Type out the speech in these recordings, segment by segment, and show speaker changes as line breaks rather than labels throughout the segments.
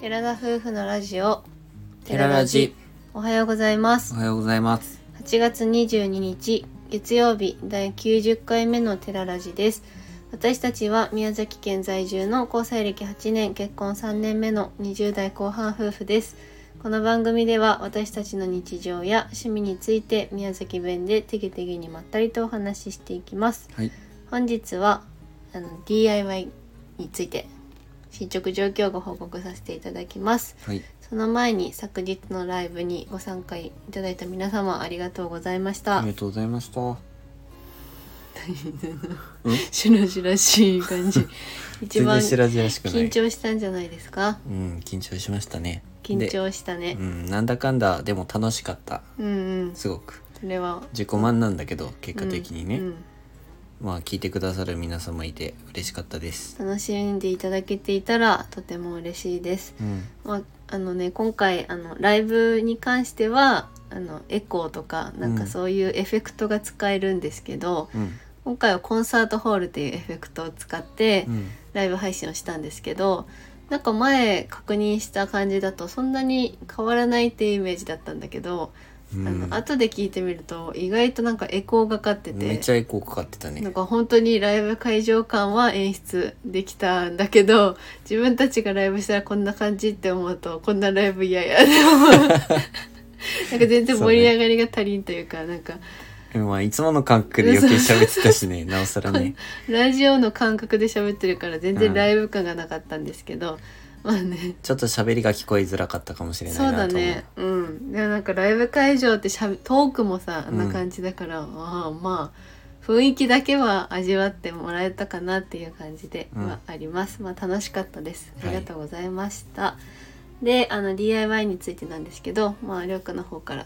田夫婦のラジオ
テララジ。
おはようございます
おはようございます。
8月22日月曜日第90回目のテララジです私たちは宮崎県在住の交際歴8年結婚3年目の20代後半夫婦ですこの番組では私たちの日常や趣味について宮崎弁でてげてげにまったりとお話ししていきます
はい。
本日はあの DIY について進捗状況をご報告させていただきます
はい。
その前に昨日のライブにご参加いただいた皆様ありがとうございました
あり。がとうございました。は
しらしらしい感じ。一番
全然白々しくない
緊張したんじゃないですか。
うん、緊張しましたね。
緊張したね
で。うん、なんだかんだ、でも楽しかった。
うんうん。
すごく。
それは
自己満なんだけど、結果的にね。
うん
まあ、聞いてくださる皆様いて嬉しかったです。
うん楽しんでいただけていたらとても嬉しいです。
うん。
まあ、あのね今回あのライブに関してはあのエコーとかなんかそういうエフェクトが使えるんですけど、
うん。
今回はコンサートホールっていうエフェクトを使って。
うん。
ライブ配信をしたんですけどなんか前確認した感じだとそんなに変わらないっていうイメージだったんだけど、
うん
あの後で聞いてみると意外となんかエコーがかってて
めっちゃエコーかかってたね
なん。か本当にライブ会場感は演出できたんだけど自分たちがライブしたらこんな感じって思うとこんなライブ嫌やって思うなんか全然盛り上がりが足りんというかなんか
でもまあ、いつもの感覚で余計喋ってたし ね、なおさらね。
ラジオの感覚で喋ってるから全
う
然
ん
ライブ感がなかったんですけど、まあね
ちょっと喋りが聞こえづらかったかもしれない
そうだ
なと思う。
ねうんでもなんかライブ会場ってしゃべトークもさあん
う
なん感じだから、ああまあ雰囲気だけは味わってもらえたかなっていう感じで
うん
はあります、まあ楽しかったですあ
はい
りがとうございました、であの DIY についてなんですけどまありょうくんの方から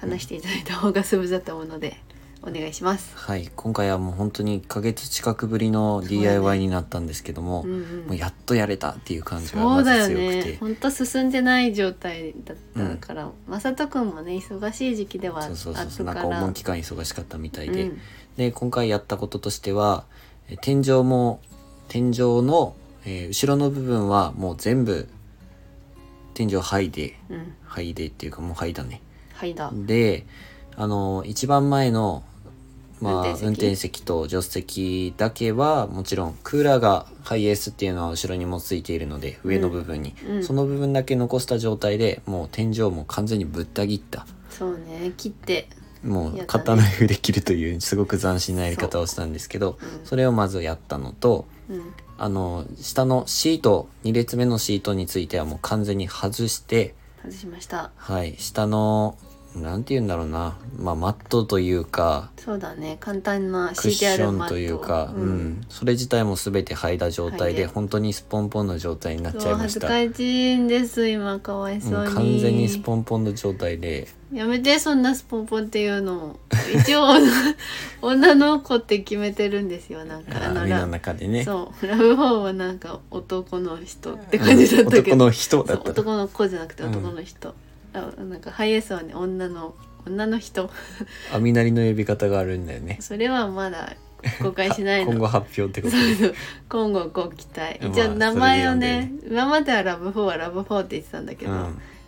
話していただいた方がスムーズだと思うのでお願いします
はい、今回はもう本当に1ヶ月近くぶりの
そうだね
DIY になったんですけども、
うんう
もうんやっとやれたっていう感じが
そ
ま
うだ
ず
よ
強く
ね
て。
ほんと進んでない状態だったから、まさとくんもね忙しい時期ではあっ
そう
たか
そうそう
ら
そうなんかお盆期間忙しかったみたいで、
うん
で今回やったこととしてはえ天井も天井の、えー後ろの部分はもう全部天井剥いで
うん、
剥いでっていうかもう剥いだね
はいだ。
であの一番前の、まあ、
運転
運
席
転席と助手席だけはもちろんクーラーがハイエースっていうのは後ろにもついているので上の部分に、
うん
その部分だけ残した状態でもう天井も完全にぶった切った
そうね、切って。
も
や
う
ったね
刀ナイフで切るというすごく斬新なやり方をしたんですけど
そううん
それをまずやったのと
うん、
あの下のシート2列目のシートについてはもう完全に外して
外しました。
はい、下の、なんて言うんだろうな、まあ、マットというか、
そうだね、簡単な
ク
敷
ッ
い
シ
てある
ョ
マッ
ン
ト
というか、うん、それ自体も全て剥いだ状態
剥いで
で、本当にスポンポンの状態になっちゃ
そ
いうま
恥
し
ず
た。
かしいんです今かわいそうに、
うん完全にスポンポンの状態で、
やめてそんなスポンポンっていうの一応 女の子って決めてるんですよなんかあの
網
ラ
の中でね、
そうラブホーはなんか男の人って感じだったけど
男の人だ
そう
った。
男の子じゃなくて
うん
男の人、あなんかハイエースはね女の女の人
網なりの呼び方があるんだよね。
それはまだ公開しないの
今後発表ってこ と
そう
で。
そう今後ご期待
まあ
一応名前をね
それで呼
今まではラブ4はラブ4って言ってたんだけ
う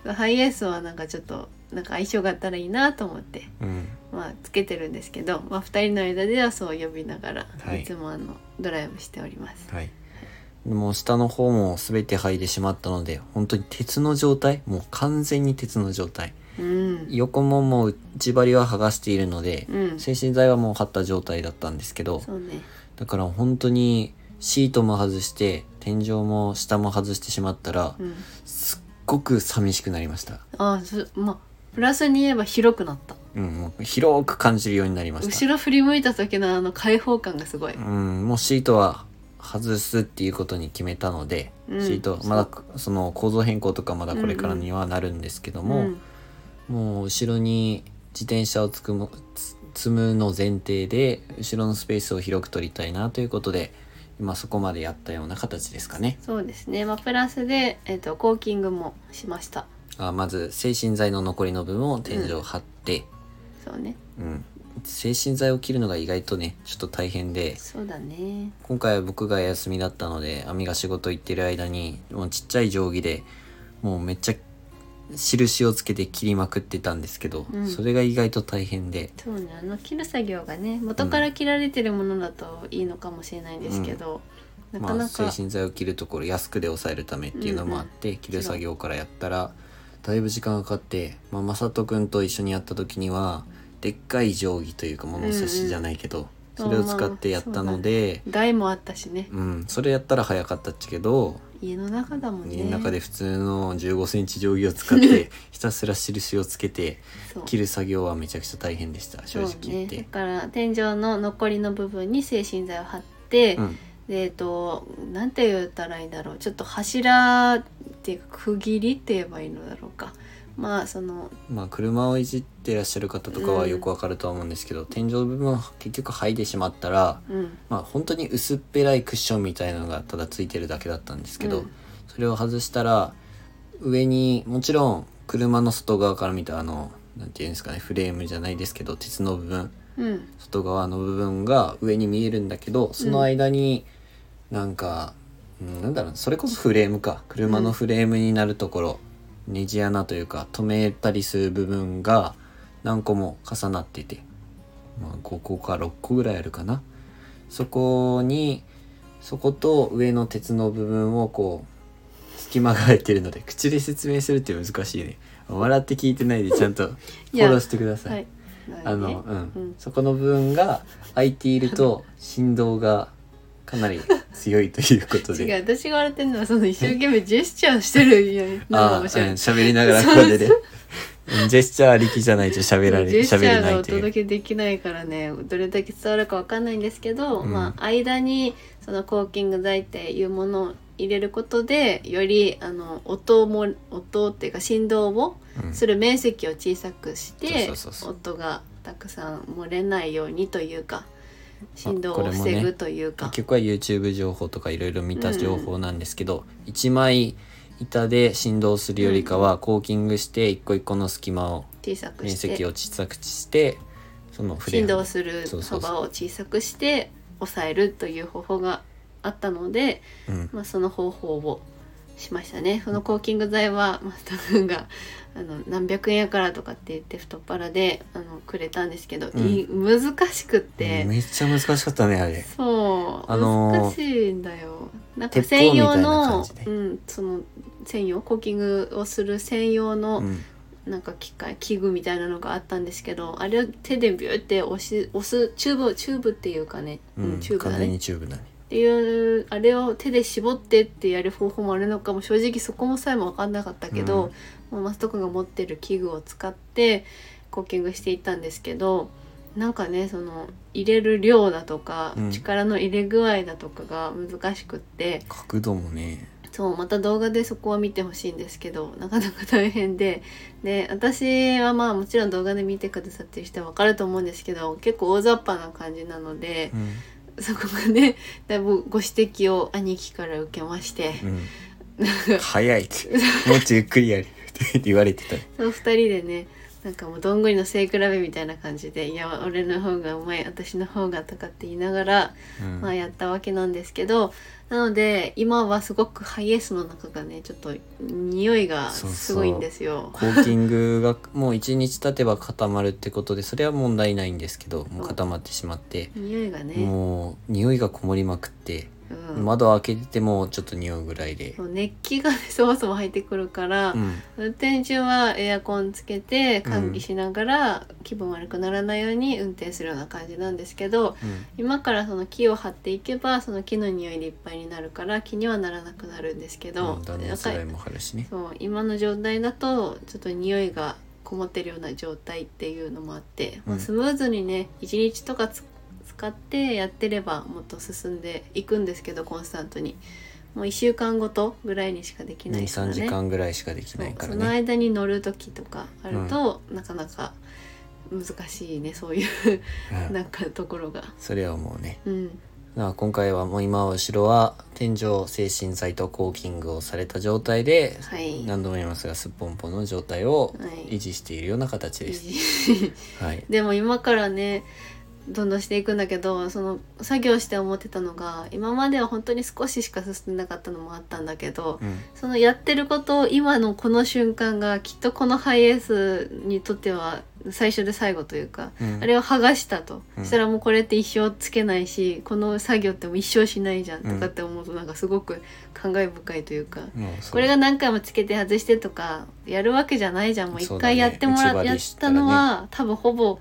ど、
ん、
ハイエースはなんかちょっとなんか相性があったらいいなと思って、
うん、
まあ、つけてるんですけど、まあ、2人の間ではそう呼びながら、
はい
い、つもあのドライブしております。
はい。もう下の方も全て剥いでしまったので、本当に鉄の状態、もう完全に鉄の状態。
うん、
横ももう内張りは剥がしているので、
うん、
精神剤はもう張った状態だったんですけど
そうね
だから本当にシートも外して天井も下も外してしまったら
うん、
すっごく寂しくなりました
あそまあプラスに言えば広くなった
うんもう広く感じるようになりました
後ろ振り向いた時のあの開放感がすごい、
うんもうシートは外すっていうことに決めたので、
うん
シートまだその構造変更とかまだこれからにはなるんですけども、
ん
もう後ろに自転車をつくもつ積むの前提で後ろのスペースを広く取りたいなということで今そこまでやったような形ですかね
そうですね、まあ、プラスで、えっとコーキングもしました
あまず精神剤の残りの分を天井を張って、
そうね
うん精神剤を切るのが意外とねちょっと大変で
そうだね
今回は僕が休みだったので亜美が仕事行ってる間にもうちっちゃい定規でもうめっちゃ印をつけて切りまくってたんですけど、
うん
それが意外と大変で
そうねあの切る作業がね元から切られてるものだといいのかもしれないんですけど、なか
まあ、
なか、
精神剤を切るところ安くで抑えるためっていうのもあって、切る作業からやったらだいぶ時間がかかって、まあ、正人君と一緒にやった時にはでっかい定規というか物差しじゃないけど、
うんう
そ
ん
れを使ってやったので、
台もあったしね
うん、それやったら早かったっちゃけど
家の中だもんね
家の中で普通の1 5ンチ定規を使って ひたすら印をつけて
そう
切る作業はめちゃくちゃ大変でした正直言っ
そう
て
ね、だから天井の残りの部分に精神剤を貼って、
うん
でえっとなんて言ったらいいんだろうちょっと柱っていうか区切りって言えばいいのだろうかまあその
まあ車をいじってらっしゃる方とかはよくわかるとは思うんですけど、天井部分は結局剥いでしまったら
うん
まあ本当に薄っぺらいクッションみたいなのがただついてるだけだったんですけ
う
ど、
ん
それを外したら上にもちろん車の外側から見たあのなんていうんですかねフレームじゃないですけど鉄の部分
うん
外側の部分が上に見えるんだけどその間になんか、うん、なんだろうそれこそフレームか車のフレームになるところ、ネジ穴というか止めたりする部分が何個も重なってて、まあ、5個か6個ぐらいあるかなそこにそこと上の鉄の部分をこう隙間が空いてるので口で説明するって難しいね笑って聞いてないでちゃんとフ
いや
ォローしてください
はい
あの、う
うんん、
そこの部分が空いていると振動がかなり強いということ で。
違う私が笑ってるのはその一生懸命ジェスチャーしてるようになる
ああ、
か
うん
もしれない
喋りながらここでね。うんジェスチャーありきじゃないと喋られ
ジェスチ
喋
ャ
れ
ー
な
が
い
お
とい
届
う。
けできないからねどれだけ伝わるかわかんないんですけど、
うん
まあ間にそのコーキング剤っていうものを入れることでよりあの音も音っていうか振動を
うん
する面積を小さくして、
そうそうそうそう
音がたくさん漏れないようにというか振動
これ
を
もね
防ぐというか、
結局は YouTube 情報とかいろいろ見た
うんうん
情報なんですけど、一枚板で振動するよりかは、コーキングして一個一個の隙間を
小さく
面
して
積を小さくしてそのフレー
振
ム
動する
そうそうそう
幅を小さくして抑えるという方法があったので。
うん
まあ、その方法をしましたねそのコーキング剤は、まあ、スタッフがあの何百円やからとかって言って太っ腹であのくれたんですけど、
うん
い難しくって、
めっちゃ難しかったねあれ。
そう、
あのー
難しいんだよなんか
鉄砲
専用の
みたいな感じ
う
で
ん、その専用コーキングをする専用
う
の
ん
なんか機械器具みたいなのがあったんですけどあれを手でビューって押し押すチューブチューブっていうかね、
うん
チューブ
完
だ
全
ね
にチューブだね。
っていうあれを手で絞ってってやる方法もあるのかも正直そこもさえも分かんなかったけど、もうマスト君が持ってる器具を使ってコーキングしていったんですけどなんかねその入れる量だとか、
うん
力の入れ具合だとかが難しくって
角度もね
そうまた動画でそこは見てほしいんですけどなかなか大変でで私はまあもちろん動画で見てくださってる人は分かると思うんですけど結構大雑把な感じなので。
うん
そこがねだいぶご指摘を兄貴から受けまして、
うん、早いってもっとゆっくりやれって言われてた
その2人でねなんかもうどんぐりの背比べみたいな感じで「いや俺の方がうまい私の方が」とかって言いながら、
うん
まあ、やったわけなんですけどなので今はすごくハイエースの中がねちょっと匂いがすごいんですよ。
コーキングがもう1日経てば固まるってことでそれは問題ないんですけどもう固まってしまって、
匂いがね、
もう匂いがこもりまくっ
う
て、
ん
窓開けてもちょっと匂うぐらいで
そ、う熱気がねそもそも入ってくるから、
うん
運転中はエアコンつけて換気しながら気分悪くならないように運転するような感じなんですけど
うん
今からその木を張っていけばその木の匂いでいっぱいになるから気にはならなくなるんですけど、
うん断熱
なん
材
か
もあるしね
そう今の状態だとちょっと匂いがこもってるような状態っていうのもあって、ま
う
あ、
ん
スムーズにね1日とかつ使ってやってればもっと進んでいくんですけどコンスタントに。もう1週間ごとぐらいにしかできないから
23
ね。
時間ぐらいしかできないか
そ
ら
うその
ね
間に乗る時とかあると、なかなか難しいねそういう
うん
なんかところが。
それはもうね
うん、
なあ今回はもう今は後ろは天井精神剤とコーキングをされた状態で
はい
何度も言いますがすっぽんぽんの状態を
はい
維持しているような形です。はい、
でも今からねどんどんしていくんだけどその作業して思ってたのが今までは本当に少ししか進んでなかったのもあったんだけど
うん
そのやってることを今のこの瞬間がきっとこのハイエースにとっては最初で最後というか、
うん
あれを剥がしたと、
うん
したらもうこれって一生つけないしこの作業ってもう一生しないじゃんとかって思うとなんかすごく感慨深いというか。
もうそう
これが何回もつけて外してとかやるわけじゃないじゃんもう
そ
一
うだね
回やってもら
内
っ、
張
やっ
りした
た
らね
のは多分ほぼ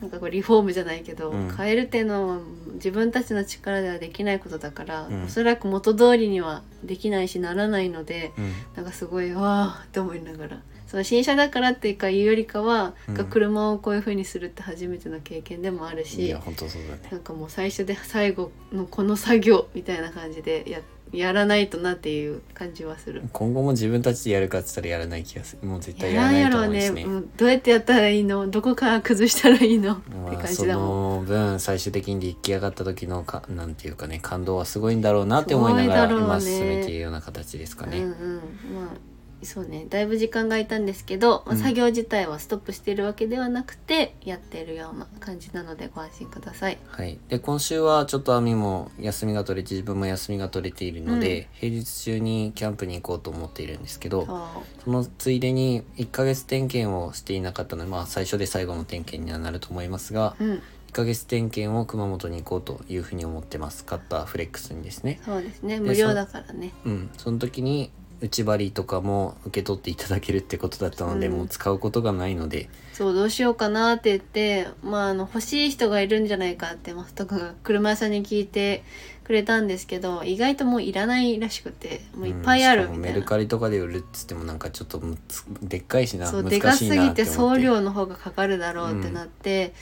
なんかこうリフォームじゃないけど、
うん
変えるっていうのは自分たちの力ではできないことだから、
うん
おそらく元通りにはできないしならないので
うん
なんかすごいわあって思いながら。その新車だからっていうかいうよりかは、
うん
が車をこういう風にするって初めての経験でもある
い
し
や本当そうだね。
なんかもう最初で最後のこの作業みたいな感じでややらないとなっていう感じはする。
今後も自分たちでやるかっつったらやらない気がするもう絶対
や
や
ら
ら
ん
な
やろ
いと思
うね
うし
う
ね。
んどうやってやったらいいのどこから崩したらいいの、って
まあ、
感じ
そ
だもん
の分最終的に出来上がった時のかなんていうかね感動はすごいんだろうなって思いながら、
すごいだろう
今
ね
進めているような形ですかね。
うんうんまあそうねだいぶ時間が空いたんですけど、まあ
うん
作業自体はストップしてるわけではなくてやってるような感じなのでご安心ください
はい、で今週はちょっと亜美も休みが取れて自分も休みが取れているので、平日中にキャンプに行こうと思っているんですけど
は
そのついでに1ヶ月点検をしていなかったので、まあ、最初で最後の点検にはなると思いますが
あうん
1ヶ月点検を熊本に行こうというふうに思ってます買ったフレックスにですね。
そうですね無料だからね
うん、その時に内張りとかも受け取っていただけるってことだったので、
うん
もう使うことがないので、
そうどうしようかなって言って、まあ、あの欲しい人がいるんじゃないかってマスト君が車屋さんに聞いてくれたんですけど意外ともういらないらしくてもういっぱいあ
うん
る
しかも
みたい
メ
な
ル、カリとかで売るっつってもなんかちょっとむつでっかいしな
そう
難
でかす
しいな
ぎ
っ
て
て思っ
送
て
料の方がかかるだろうってなって、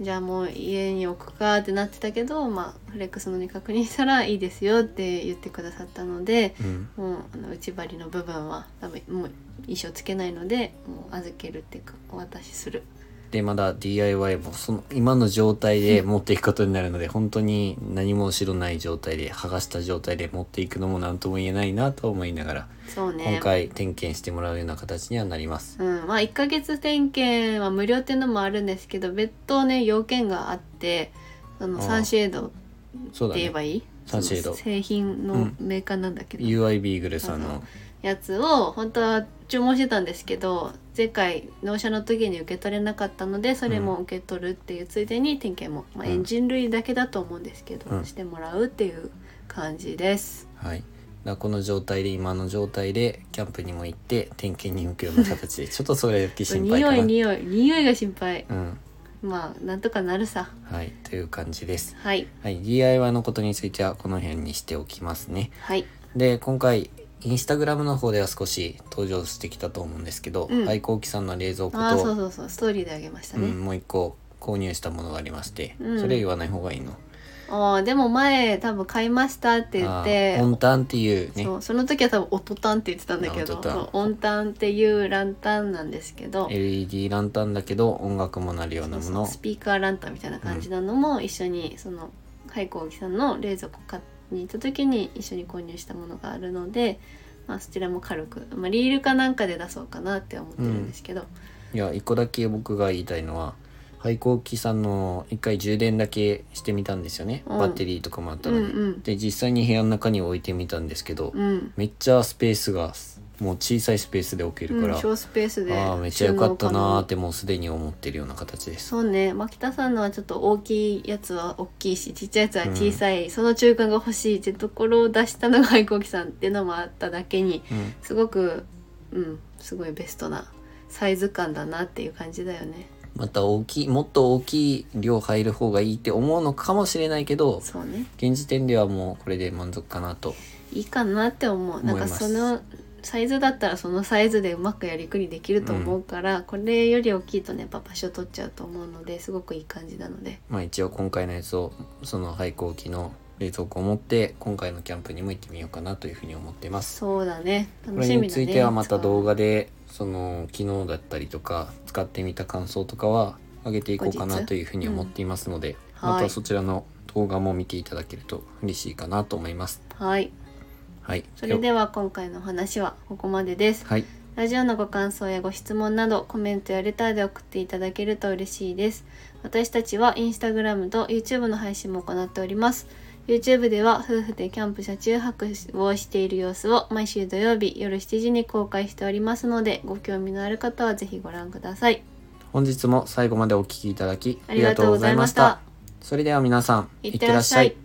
じゃあもう家に置くかってなってたけど、まあ、フレックスのに確認したらいいですよって言ってくださったので
うん、
もうあの内張りの部分は多分もう一生つけないのでもう預けるっていうかお渡しする。
でまだ DIY もその今の状態で持っていくことになるので本当に何も後ろない状態で剥がした状態で持っていくのも何とも言えないなと思いながら、
そうね
今回点検してもらうような形にはなります。
うん、まあ1ヶ月点検は無料っていうのもあるんですけど別途ね要件があってその
ああ
サンシェードって
そうだ
言え
ね
ばいい、
サンシェード
その製品
う
の
ん
メーカーなんだけど、
UI ビーグルさんの
やつを本当は注文してたんですけど前回納車の時に受け取れなかったのでそれも受け取るっていうついでに点検も、まあ、
うん
エンジン類だけだと思うんですけど、
うん
してもらうっていう感じです。
はい。だからこの状態で今の状態でキャンプにも行って点検に行くような形 でちょっとそれだけ心配か
匂
ない
匂い匂いが心配
うん
まあなんとかなるさ
はいという感じです
はい
はい DIY のことについてはこの辺にしておきますね
はい
で今回インスタグラムの方では少し登場してきたと思うんですけど、
うん
愛好機さんの冷蔵庫と
ああそうそうそうストーリーであげましたね、
うん、もう一個購入したものがありまして、
うん
それ言わない方がいいの
ああでも前多分買いましたって言って
あーオンタンっていうね
そうその時は多分「音タン」って言ってたんだけ
あ
ど
音タン
そう「音タン」っていうランタンなんですけど
LED ランタンだけど音楽もなるようなも
そうそ
の
うスピーカーランタンみたいな感じなのも一緒にその廃校木さんの冷蔵庫買いに行った時に一緒に購入したものがあるので、まあ、そちらも軽く、まあ、リールかなんかで出そうかなって思ってるんですけど、
いや一個だけ僕が言いたいのは廃校機さんの一回充電だけしてみたんですよね、
うん
バッテリーとかもあった
うん、
の
う
で、
ん
で実際に部屋の中に置いてみたんですけど、
うん
めっちゃスペースがもう小さいスペースで置け
う
るから、
ん小スペースで
ああめっちゃ良かったな
収
ー
納可能
ってもうすでに思ってるような形です
そうね牧田さんのはちょっと大きいやつは大きいしちっちゃいやつは小さい、その中間が欲しいってところを出したのが愛好機さんっていうのもあっただけに
うん
すごくうんすごいベストなサイズ感だなっていう感じだよね
また大きいもっと大きい量入る方がいいって思うのかもしれないけど
そうね
現時点ではもうこれで満足かなと
いいかなって思うなん
思
か
います
そのサイズだったらそのサイズでうまくやりくりできると思うから、これより大きいとねやっぱ場所取っちゃうと思うのですごくいい感じなので
まあ一応今回のやつをその廃校機の冷蔵庫を持って今回のキャンプにも行ってみようかなというふうに思ってます
そうだね
こ
楽
れ
しみだね
についてはまた動
画
画でその機能だったりとか使ってみた感想とかは上げていこう
後
かな
日
というふうに思っていますので、
うん
ま
は
た
い
そちらの動画も見ていただけると嬉しいかなと思います。
はい。
はい。
それでは今回のお話はここまでです。
はい。
ラジオのご感想やご質問などコメントやレターで送っていただけると嬉しいです。私たちはインスタグラムと YouTube の配信も行っております。YouTube では夫婦でキャンプ車中泊をしている様子を毎週土曜日夜7時に公開しておりますのでご興味のある方はぜひご覧ください。
本日も最後までお聞きいただき
ありがとうございました。
それでは皆さん、
いってらっしゃい